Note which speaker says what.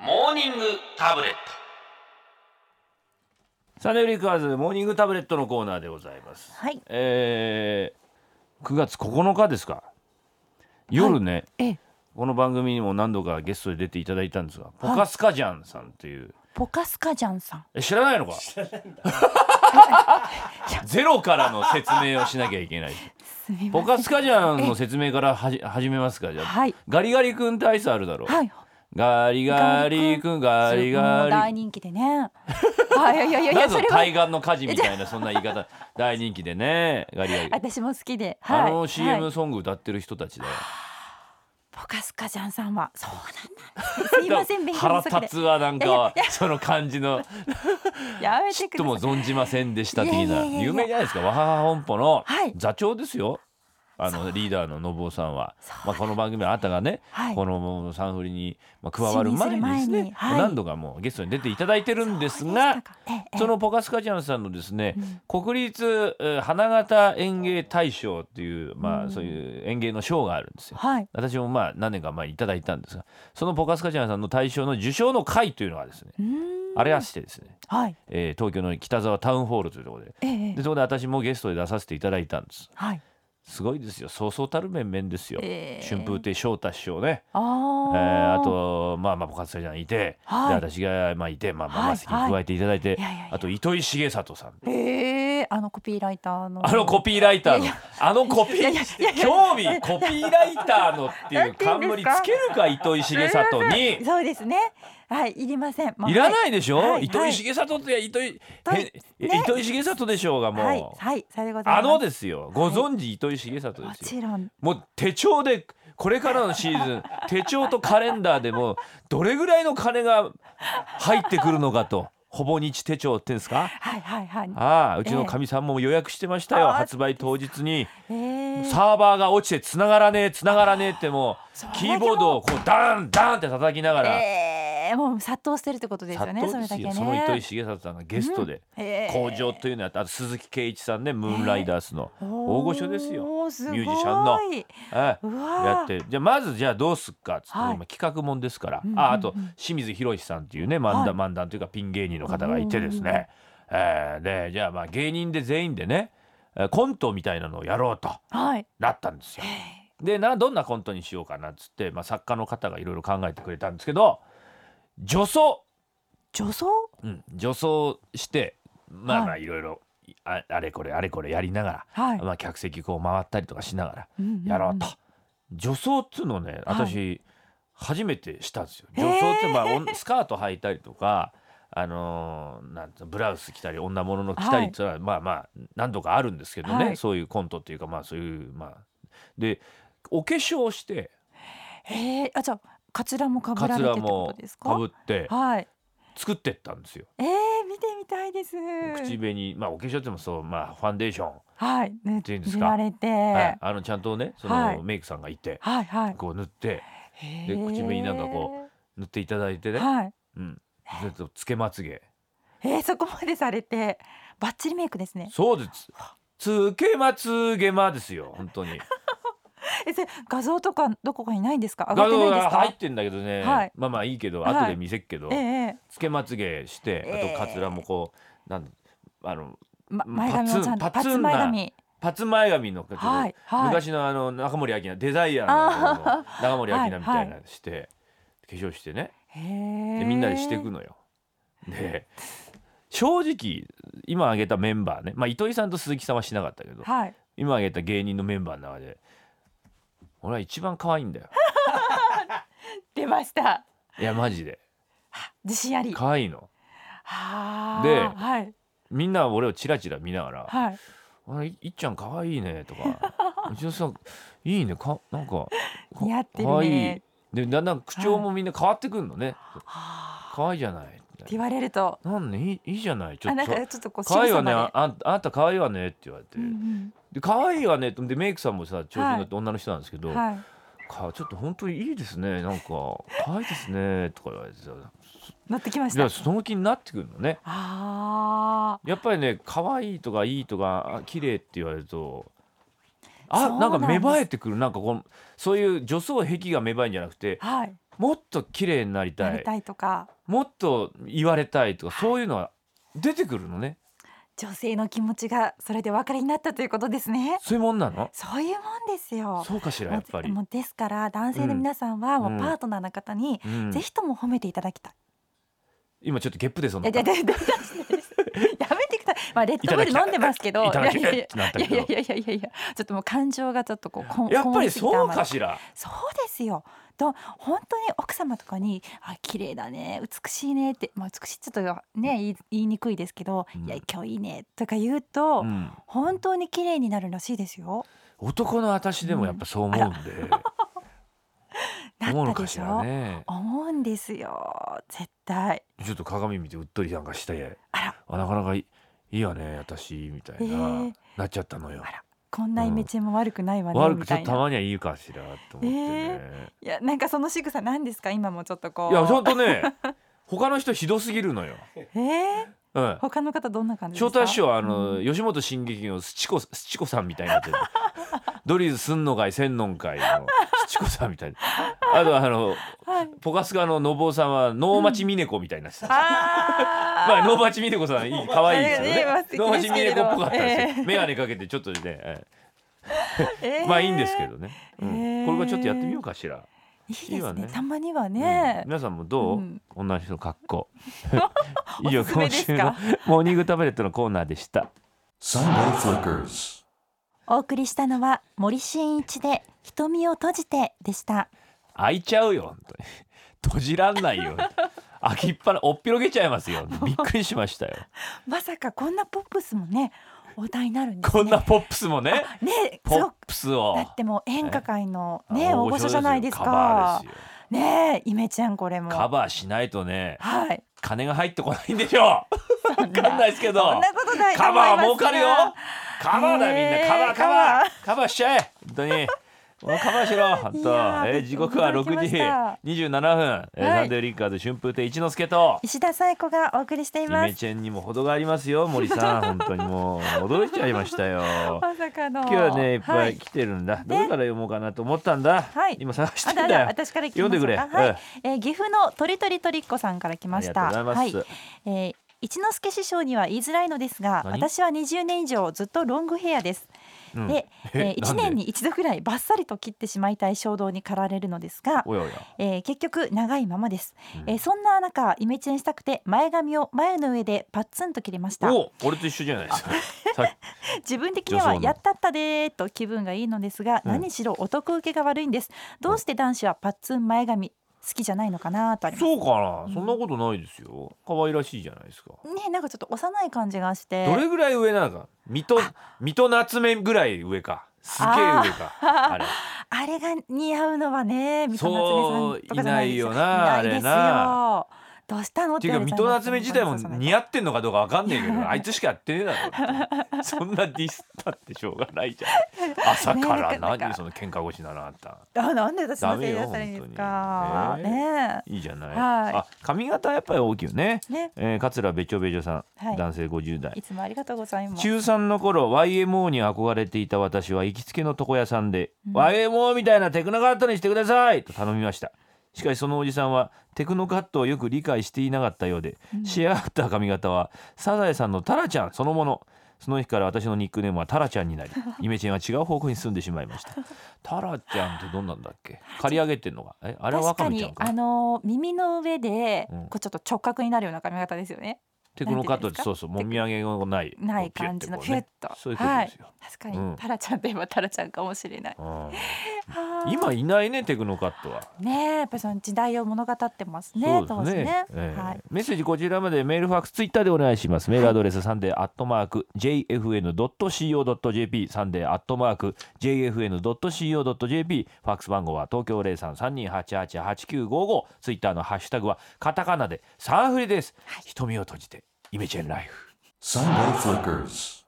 Speaker 1: ーニングタブレットサンデーリークアーズモーニングタブレットのコーナーでございます、
Speaker 2: はい
Speaker 1: えー、9月9日ですか夜ね、
Speaker 2: ええ
Speaker 1: この番組にも何度かゲストで出ていただいたんですがポカスカジャンさんっていう、
Speaker 2: ポカスカジャンさん
Speaker 1: え知らないのかゼロからの説明をしなきゃいけない
Speaker 2: すみま
Speaker 1: ポ
Speaker 2: せん
Speaker 1: カスカジャンの説明からはじ始めますかじゃあ、
Speaker 2: はい
Speaker 1: ガリガリ君ってアイスあるだろう、
Speaker 2: はい
Speaker 1: ガリガリ君ガリガ
Speaker 2: もう大
Speaker 1: リ
Speaker 2: 人気で ねあいやいやいやい
Speaker 1: な
Speaker 2: や
Speaker 1: ん
Speaker 2: そ
Speaker 1: ぞ
Speaker 2: れは
Speaker 1: 対岸の火事みたいなそんな言い方大人気でねガリガリ
Speaker 2: 私も好きで、はい、
Speaker 1: あの
Speaker 2: は
Speaker 1: CM
Speaker 2: い
Speaker 1: ソング歌ってる人たちで、
Speaker 2: ポカスカジャンさんはそうなんだすいません勉強
Speaker 1: 腹
Speaker 2: 不足で
Speaker 1: 立つはなんか
Speaker 2: いやいやい
Speaker 1: その感じ の
Speaker 2: やめ
Speaker 1: ちって
Speaker 2: く
Speaker 1: と
Speaker 2: ださ
Speaker 1: も
Speaker 2: い
Speaker 1: 存じませんでした的
Speaker 2: いやい
Speaker 1: な
Speaker 2: やいやいや
Speaker 1: 有名じゃないですかわはは本舗の
Speaker 2: はい
Speaker 1: 座長ですよ、あのリーダーの信夫さんは、まあ、この番組あなたがね、
Speaker 2: はい
Speaker 1: このサンフリにまあ加わる前にです
Speaker 2: 就任する
Speaker 1: ね
Speaker 2: 前にはい
Speaker 1: 何度かもうゲストに出ていただいてるんです
Speaker 2: そう
Speaker 1: が
Speaker 2: でしたかええええ
Speaker 1: そのポカスカジャンさんのですね、国立えー花形園芸大賞っていう、まあ、そういう園芸の賞があるんですよ。
Speaker 2: はい
Speaker 1: 私もまあ何年か前にいただいたんですがそのポカスカジャンさんの大賞の受賞の会というのがですね
Speaker 2: うーん
Speaker 1: あれはしてですね
Speaker 2: はい
Speaker 1: えー東京の北沢タウンホールというところで
Speaker 2: ええ
Speaker 1: でそこで私もゲストで出させていただいたんです
Speaker 2: はい
Speaker 1: すごいですよそうそうたる面々ですよ、
Speaker 2: ええ
Speaker 1: 春風亭昇太師匠ねえ
Speaker 2: あー、
Speaker 1: ー、あとまあまあポカツカじゃんいて、
Speaker 2: はい
Speaker 1: で私がまあいてまあまあま
Speaker 2: は
Speaker 1: あ
Speaker 2: い
Speaker 1: 席に加えていただいて、
Speaker 2: いやいやいや
Speaker 1: あと糸井重里さん
Speaker 2: ええあのコピーライターの
Speaker 1: あのコピーライターの
Speaker 2: いや
Speaker 1: あのコピ
Speaker 2: いやいやいや
Speaker 1: ー興味コピーライターのっていう冠つけるか糸井重里に
Speaker 2: そうですねはいいりませんもう
Speaker 1: いらないでしょ、
Speaker 2: はい
Speaker 1: 糸井重里って糸井、
Speaker 2: はい
Speaker 1: へえ糸井重里でしょうがもう、
Speaker 2: はいはいそれでございます
Speaker 1: あのですよご存知糸井重里
Speaker 2: も
Speaker 1: ですよ
Speaker 2: ちろん
Speaker 1: もう手帳でこれからのシーズ ン手帳とカレンダーでもうどれぐらいの金が入ってくるのかとほぼ日手帳ってんですか
Speaker 2: はいはいはい
Speaker 1: ああうちのかみさんも予約してました
Speaker 2: え
Speaker 1: よ
Speaker 2: え
Speaker 1: 発売当日に
Speaker 2: ええ
Speaker 1: サーバーが落ちて繋がらねえ繋がらねえっても
Speaker 2: そう
Speaker 1: うキーボードをこうダンダンって叩きながら
Speaker 2: ええもう殺到してるってことですよねそれだけね
Speaker 1: その糸井重里さんがゲストで
Speaker 2: うんへえ
Speaker 1: 工場というのやってあと鈴木圭一さんねムーンライダースの大御所ですよ
Speaker 2: おーすごい
Speaker 1: ミュージシャンのは
Speaker 2: うわ
Speaker 1: い
Speaker 2: ー
Speaker 1: やってじゃあまずじゃあどうすっかっつって
Speaker 2: はい
Speaker 1: 今企画もんですから
Speaker 2: うんうんうん
Speaker 1: ああと清水宏さんっていうね漫
Speaker 2: はい
Speaker 1: 談漫談というかピン芸人の方がいてですねえーでじゃあまあ芸人で全員でねえーコントみたいなのをやろうと
Speaker 2: はい
Speaker 1: なったんですよ。でなどんなコントにしようかなっつってまあ作家の方がいろいろ考えてくれたんですけど女装
Speaker 2: 女装
Speaker 1: うん、女装してまあまあ
Speaker 2: はい
Speaker 1: ろいろああれこれあれこれやりながら、
Speaker 2: はい
Speaker 1: まあ、客席こう回ったりとかしながら
Speaker 2: うんうんうん
Speaker 1: やろうと、女装っつうのね私、初めてしたんですよ
Speaker 2: へ
Speaker 1: 女
Speaker 2: ー
Speaker 1: 装ってまあおんスカート履いたりとかあのーなんてブラウス着たり女物の着たりっていうのは、まあまあ何度かあるんですけどね、
Speaker 2: はい
Speaker 1: そういうコントっていうかまあそういうまあでお化粧して
Speaker 2: ええあじゃあカツラもかぶ
Speaker 1: からつ
Speaker 2: れてっ
Speaker 1: ら
Speaker 2: てこ
Speaker 1: も
Speaker 2: とですか
Speaker 1: かぶって
Speaker 2: はい
Speaker 1: 作ってったんですよ。
Speaker 2: ええ見てみたいです
Speaker 1: 口紅、まあ、お化粧ってもそう、まあ、ファンデーション、
Speaker 2: はい塗っ
Speaker 1: ってい
Speaker 2: て
Speaker 1: うんです
Speaker 2: 塗
Speaker 1: から
Speaker 2: れて
Speaker 1: はい、あのちゃんとねその、
Speaker 2: はい
Speaker 1: メイクさんがいて
Speaker 2: はいはい
Speaker 1: こう塗って
Speaker 2: へ
Speaker 1: で
Speaker 2: え
Speaker 1: 口紅なんかこ塗っていただいてね、
Speaker 2: はい
Speaker 1: うん、それとつけまつげ
Speaker 2: えー、そこまでされてバッチリメイクですね
Speaker 1: そうですつけまつげまですよ本 当に
Speaker 2: えそれ画像とかどこかにないんですか
Speaker 1: 画像
Speaker 2: 上がってないんです
Speaker 1: が
Speaker 2: か
Speaker 1: 入ってんだけどね、
Speaker 2: はい
Speaker 1: まあまあいいけど
Speaker 2: はい
Speaker 1: 後で見せっけど、
Speaker 2: えええ
Speaker 1: つけまつげしてあとかつらもこうなんあの
Speaker 2: えま、前髪もちゃんと
Speaker 1: パ
Speaker 2: パ
Speaker 1: ツン
Speaker 2: ツ前髪
Speaker 1: パツ前髪の、ちょっと
Speaker 2: はいはい
Speaker 1: 昔のあの中森明菜デザイアのあの中森明菜みたいなのして、化粧してね
Speaker 2: へ
Speaker 1: で
Speaker 2: え
Speaker 1: みんなでしていくのよ。で正直今挙げたメンバーね、まあ、糸井さんと鈴木さんはしなかったけど
Speaker 2: はい
Speaker 1: 今挙げた芸人のメンバーの中で俺は一番可愛いんだよ。
Speaker 2: 出ました
Speaker 1: いやマジで
Speaker 2: 自信あり
Speaker 1: 可愛いの。
Speaker 2: はあ
Speaker 1: で
Speaker 2: はい
Speaker 1: みんな俺をチラチラ見ながら
Speaker 2: はい
Speaker 1: 「あれいいっちゃん可愛いね」とか「うちのさんいいねかなんかか
Speaker 2: 似合ってるね
Speaker 1: 可愛いでだんだん口調もみんな変わってくるのね
Speaker 2: は
Speaker 1: 「
Speaker 2: あ
Speaker 1: 可愛いじゃない」
Speaker 2: って言われると
Speaker 1: なんねいいいいじゃないちょ
Speaker 2: あ
Speaker 1: っ
Speaker 2: なん
Speaker 1: と
Speaker 2: かちょっとこう
Speaker 1: 可愛いわね
Speaker 2: 仕草
Speaker 1: あ
Speaker 2: まで
Speaker 1: あんあんた可愛いわねって言われて。
Speaker 2: うん
Speaker 1: で可愛いわねとでメイクさんもさ長身だって女の人なんですけ
Speaker 2: う
Speaker 1: ど、
Speaker 2: んはい
Speaker 1: かちょっと本当にいいですねなんか可愛いですねとか言われてさ
Speaker 2: 乗ってきまし
Speaker 1: じゃ
Speaker 2: た
Speaker 1: あその気になってくるのね
Speaker 2: あ
Speaker 1: やっぱりね可愛いとかいいとかあ綺麗って言われると
Speaker 2: そう
Speaker 1: あな
Speaker 2: な
Speaker 1: んんか
Speaker 2: です
Speaker 1: 芽生えてくるなんかこのそういう女装癖が芽生えんじゃなくて
Speaker 2: あはい
Speaker 1: もっと綺麗になりた
Speaker 2: ないりたいとか
Speaker 1: もっと言われたいとかそういうのは出てくるのね
Speaker 2: 女性の気持ちがそれでお分かりになったということですね
Speaker 1: そういうもんなの
Speaker 2: そういうもんですよ
Speaker 1: そうかしらやっぱり、
Speaker 2: もうですから男性の皆さんはもうパートナーの方に
Speaker 1: うん
Speaker 2: ぜひとも褒めていただきたい、
Speaker 1: 今ちょっとゲップでそ
Speaker 2: い
Speaker 1: の
Speaker 2: やいやいやいやいや やめてくださいまあレッドブル飲んでますけど
Speaker 1: いただ
Speaker 2: い
Speaker 1: き
Speaker 2: や
Speaker 1: た
Speaker 2: い
Speaker 1: い
Speaker 2: や
Speaker 1: ってなった
Speaker 2: いや
Speaker 1: け
Speaker 2: いや
Speaker 1: ど
Speaker 2: いやいやいやいやちょっともう感情がちょっとこうこん
Speaker 1: やっぱ
Speaker 2: こん
Speaker 1: り
Speaker 2: もすぎた
Speaker 1: そう
Speaker 2: あま
Speaker 1: か
Speaker 2: り
Speaker 1: しら
Speaker 2: そうですよと本当に奥様とかに「あ綺麗だね美しいね」って、まあ、美しいってちょっとね言い言いにくいですけど「
Speaker 1: うん
Speaker 2: いや今日いいね」とか言うと、
Speaker 1: うん
Speaker 2: 本当に綺麗になるらしいですよ。
Speaker 1: 男の私でもやっぱそう思うんで、
Speaker 2: な
Speaker 1: 思うの
Speaker 2: った
Speaker 1: か
Speaker 2: で
Speaker 1: し
Speaker 2: し
Speaker 1: ら
Speaker 2: ょ
Speaker 1: ね
Speaker 2: 思うんですよ絶対。
Speaker 1: ちょっと鏡見てうっとりなんかして
Speaker 2: あら
Speaker 1: あなかなかいいいやね私みたいな、
Speaker 2: えー
Speaker 1: なっちゃったのよ
Speaker 2: あらこんなイメチェンも悪くないわね、
Speaker 1: 悪
Speaker 2: み
Speaker 1: くち
Speaker 2: た
Speaker 1: ょっ
Speaker 2: い
Speaker 1: とた
Speaker 2: な。
Speaker 1: まにはいいかしらと思ってね、
Speaker 2: いやなんかその仕草なんですか今もちょっとこう。
Speaker 1: いやほんとね他の人ひどすぎるのよ、
Speaker 2: えー
Speaker 1: うん、
Speaker 2: 他の方どんな感じです
Speaker 1: 翔
Speaker 2: か。
Speaker 1: 太師匠はあの、
Speaker 2: うん
Speaker 1: 吉本新喜劇のすちこすちこさんみたいになってるドリーズすんのかいせんのんかいのすちこさんみたいなあとあの
Speaker 2: はい。
Speaker 1: ポカスカののぼうさんは能町みね子みたいになってた、
Speaker 2: あ
Speaker 1: まあ、能町みね子さんいい可愛いですよ
Speaker 2: ええまあ
Speaker 1: ね
Speaker 2: 素敵ですけれ
Speaker 1: 能町みね子
Speaker 2: ど
Speaker 1: っぽかったんですよ
Speaker 2: ええ
Speaker 1: 眼鏡かけてちょっとね、え
Speaker 2: ーえ
Speaker 1: え
Speaker 2: ー
Speaker 1: まあいいんですけどね、うん
Speaker 2: ええ
Speaker 1: これはちょっとやってみようかしら、
Speaker 2: いいです
Speaker 1: いい
Speaker 2: ね
Speaker 1: わね
Speaker 2: たまには
Speaker 1: う
Speaker 2: ね
Speaker 1: ん、皆さんもどう、
Speaker 2: うん
Speaker 1: 女の人の格 好
Speaker 2: おすすめですか
Speaker 1: 以上今週のモーニングタブレットのコーナーでした
Speaker 3: Sunday Flickers.
Speaker 2: お送りしたのは森進一で瞳を閉じてでした
Speaker 1: 開いちゃうよ本当に閉じらんないよ開きっぱなおっぴろげちゃいますよびっくりしましたよ
Speaker 2: まさかこんなポップスもねお題になるんですね
Speaker 1: こんなポップスもね
Speaker 2: ねす
Speaker 1: ポ
Speaker 2: ご
Speaker 1: ッ
Speaker 2: く
Speaker 1: プスを
Speaker 2: だってもう演歌界の
Speaker 1: あ
Speaker 2: ね大御所じゃないです
Speaker 1: カバー
Speaker 2: か
Speaker 1: ですよ
Speaker 2: ねえイメちゃんこれも
Speaker 1: カバーしないとね
Speaker 2: はい
Speaker 1: 金が入ってこないんでしょうわかんないですけど
Speaker 2: そんなことないと思
Speaker 1: カバ
Speaker 2: いますが
Speaker 1: ー儲かるよカバーだ
Speaker 2: えー
Speaker 1: みんなカバーカバ
Speaker 2: カバ
Speaker 1: ーカバーしちゃえ本当にこのカバーしろ本当
Speaker 2: いやー
Speaker 1: えー時刻は
Speaker 2: 驚きま
Speaker 1: 6
Speaker 2: し
Speaker 1: 時
Speaker 2: た
Speaker 1: 27分、えー
Speaker 2: はい
Speaker 1: サンデーリンカーズ春風亭一之輔と
Speaker 2: 石田紗友子がお送りしてい
Speaker 1: イ
Speaker 2: ま
Speaker 1: メ
Speaker 2: す
Speaker 1: チェンにも程がありますよ森 さん本当にもう驚いちゃいましたよ
Speaker 2: まさかの
Speaker 1: 今日はねいっぱ
Speaker 2: はい
Speaker 1: 来てるんだ、どれから読もうかなと思ったんだ、
Speaker 2: はい
Speaker 1: 今探して
Speaker 2: あ
Speaker 1: ん
Speaker 2: だ
Speaker 1: だ
Speaker 2: だ
Speaker 1: よ
Speaker 2: 私から聞きま
Speaker 1: 読んでくれ、
Speaker 2: しょうかは
Speaker 1: うん
Speaker 2: い、えー岐阜のとりとりとりっこさんから来ました
Speaker 1: ありがとうございます
Speaker 2: はいえー一之輔師匠には言いづらいのですが
Speaker 1: 何
Speaker 2: 私は20年以上ずっとロングヘアです、
Speaker 1: うん
Speaker 2: で、え
Speaker 1: え
Speaker 2: ー、
Speaker 1: な
Speaker 2: 1
Speaker 1: ん
Speaker 2: 年
Speaker 1: で
Speaker 2: に一度くらいバッサリと切ってしまいたい衝動に駆られるのですが、
Speaker 1: おやおや
Speaker 2: えー結局長いままです、
Speaker 1: うん
Speaker 2: えーそんな中イメチェンしたくて前髪を前の上でパッツンと切りました
Speaker 1: お俺と一緒じゃないです かさっき
Speaker 2: 自分的に
Speaker 1: 女
Speaker 2: は
Speaker 1: 装の
Speaker 2: やったったでーと気分がいいのですが、
Speaker 1: うん
Speaker 2: 何しろ男受けが悪いんですどうして男子はパッツン前髪好きじゃないのかなとあります
Speaker 1: そうかなそんなことないですよ可愛らしいじゃないですか
Speaker 2: ねなんかちょっと幼い感じがして
Speaker 1: どれぐらい上なのか水戸水戸夏目ぐらい上かすげえ上かあ れ
Speaker 2: あれが似合うのはね水戸
Speaker 1: そう
Speaker 2: 夏目さんとかじゃないです
Speaker 1: いないよな
Speaker 2: あれです
Speaker 1: あ
Speaker 2: よどうしたのっ
Speaker 1: って
Speaker 2: て
Speaker 1: いう
Speaker 2: 言
Speaker 1: か
Speaker 2: われちゃ
Speaker 1: 水
Speaker 2: い
Speaker 1: 戸夏目自体
Speaker 2: ます
Speaker 1: も
Speaker 2: そうそうそう
Speaker 1: 似合ってんのかどうかわかんないけどあいつしかやってねえだ ろそんなディスったってしょうがないじゃん朝から何その喧嘩腰なのあんた
Speaker 2: あなんで私のせいだったらいいんですか
Speaker 1: ダメよ本当に
Speaker 2: ね
Speaker 1: いいじゃない、
Speaker 2: はい
Speaker 1: あ髪型やっぱり大きいよね、
Speaker 2: えね
Speaker 1: えー、桂べちょべちょさん、
Speaker 2: はい
Speaker 1: 男性50代
Speaker 2: いつもありがとうございます
Speaker 1: 中3の頃 YMO に憧れていた私は行きつけの床屋さんで、
Speaker 2: うん
Speaker 1: YMO みたいなテクノカットにしてくださいと頼みましたしかしそのおじさんはテクノカットをよく理解していなかったようで、
Speaker 2: うん
Speaker 1: 仕上がった髪型はサザエさんのタラちゃんそのものその日から私のニックネームはタラちゃん になりイメチェンは違う方向に進んでしまいましたタラちゃんってどんなんだっ け刈り上げてんのがえあれはワ
Speaker 2: 確
Speaker 1: カ
Speaker 2: か
Speaker 1: メちゃ
Speaker 2: に
Speaker 1: んか
Speaker 2: あのー耳の上で
Speaker 1: うん
Speaker 2: こうちょっと直角になるような髪型ですよね
Speaker 1: テクノカットって
Speaker 2: な
Speaker 1: そ
Speaker 2: んていうんですか
Speaker 1: うそうもみあげがない
Speaker 2: ない感じの
Speaker 1: こう
Speaker 2: ピ
Speaker 1: ピ
Speaker 2: ュ
Speaker 1: ュッ
Speaker 2: ッ
Speaker 1: て
Speaker 2: と
Speaker 1: そういうことですよ
Speaker 2: はい、確か
Speaker 1: うん
Speaker 2: にタラちゃんといえばタラちゃんかもしれない
Speaker 1: こうね、
Speaker 2: は
Speaker 1: う
Speaker 2: ー
Speaker 1: ん今いないねテクノカットは
Speaker 2: ねえやっぱりその時代を物語ってますね
Speaker 1: そうです
Speaker 2: 当時ね、
Speaker 1: ええ
Speaker 2: はい
Speaker 1: メッセージこちらまでメールファックスツイッターでお願いします。メールアドレスサンデーアットマーク jfn.co.jp サンデーアットマーク jfn.co.jp ファックス番号は東京零三三二八八八九五五ツイッターのハッシュタグはカタカナでサンフリです。瞳を閉じてイメチェンライフ。
Speaker 3: Sunday Flickers.